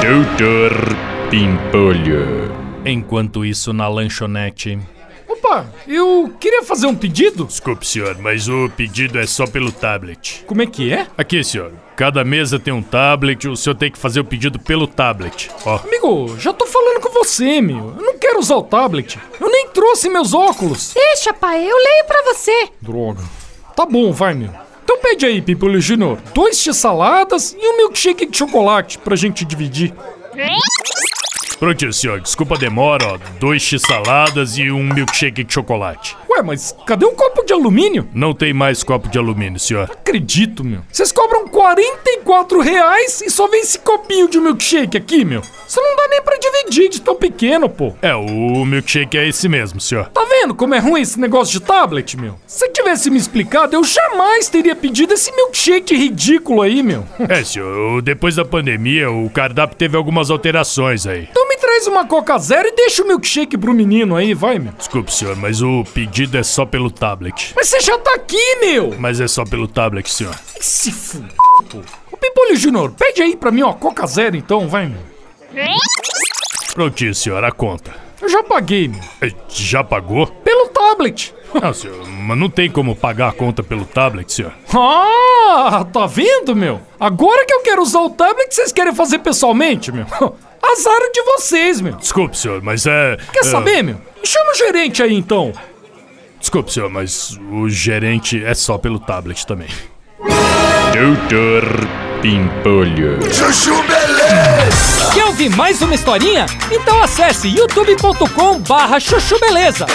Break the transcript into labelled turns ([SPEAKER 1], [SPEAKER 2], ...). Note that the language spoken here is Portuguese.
[SPEAKER 1] Senhor Pimpolho.
[SPEAKER 2] Enquanto isso, na lanchonete.
[SPEAKER 3] Opa, eu queria fazer um pedido?
[SPEAKER 2] Desculpe, senhor, mas o pedido é só pelo tablet.
[SPEAKER 3] Como é que é?
[SPEAKER 2] Aqui, senhor. Cada mesa tem um tablet, o senhor tem que fazer o pedido pelo tablet. Ó.
[SPEAKER 3] Amigo, já tô falando com você, meu. Eu não quero usar o tablet. Eu nem trouxe meus óculos.
[SPEAKER 4] Deixa, pai, eu leio pra você.
[SPEAKER 3] Droga. Tá bom, vai, meu. Então pede aí, Pipoli Junior. Dois x-saladas e um milkshake de chocolate pra gente dividir.
[SPEAKER 2] Pronto, senhor. Desculpa a demora, ó. Dois x-saladas e um milkshake de chocolate.
[SPEAKER 3] Ué, mas cadê um copo de alumínio?
[SPEAKER 2] Não tem mais copo de alumínio, senhor.
[SPEAKER 3] Acredito, meu. Vocês cobram 44 reais e só vem esse copinho de milkshake aqui, meu. Isso não dá nem pra dividir de tão pequeno, pô.
[SPEAKER 2] É, o milkshake é esse mesmo, senhor.
[SPEAKER 3] Tá vendo como é ruim esse negócio de tablet, meu? Se tivesse me explicado, eu jamais teria pedido esse milkshake ridículo aí, meu.
[SPEAKER 2] É, senhor. Depois da pandemia, o cardápio teve algumas alterações aí.
[SPEAKER 3] Então me traz uma Coca Zero e deixa o milkshake pro menino aí, vai, meu.
[SPEAKER 2] Desculpe, senhor, mas o pedido é só pelo tablet.
[SPEAKER 3] Mas você já tá aqui, meu.
[SPEAKER 2] Mas é só pelo tablet, senhor.
[SPEAKER 3] Se f... pô. Ô, Pipolho Junior, pede aí pra mim, ó, Coca Zero então, vai, meu.
[SPEAKER 2] Prontinho, senhor, a conta.
[SPEAKER 3] Eu já paguei, meu.
[SPEAKER 2] É, Já pagou?
[SPEAKER 3] Pelo tablet.
[SPEAKER 2] Não, senhor, mas não tem como pagar a conta pelo tablet, senhor.
[SPEAKER 3] Ah, tá vendo, meu? Agora que eu quero usar o tablet, vocês querem fazer pessoalmente, meu? Azar de vocês, meu.
[SPEAKER 2] Desculpe, senhor, mas é.
[SPEAKER 3] Quer
[SPEAKER 2] é,
[SPEAKER 3] saber, meu? Me chama o gerente aí, então.
[SPEAKER 2] Desculpe, senhor, mas o gerente é só pelo tablet também.
[SPEAKER 1] Doutor Pimpolho.
[SPEAKER 3] Quer ouvir mais uma historinha? Então acesse youtube.com barra chuchu beleza.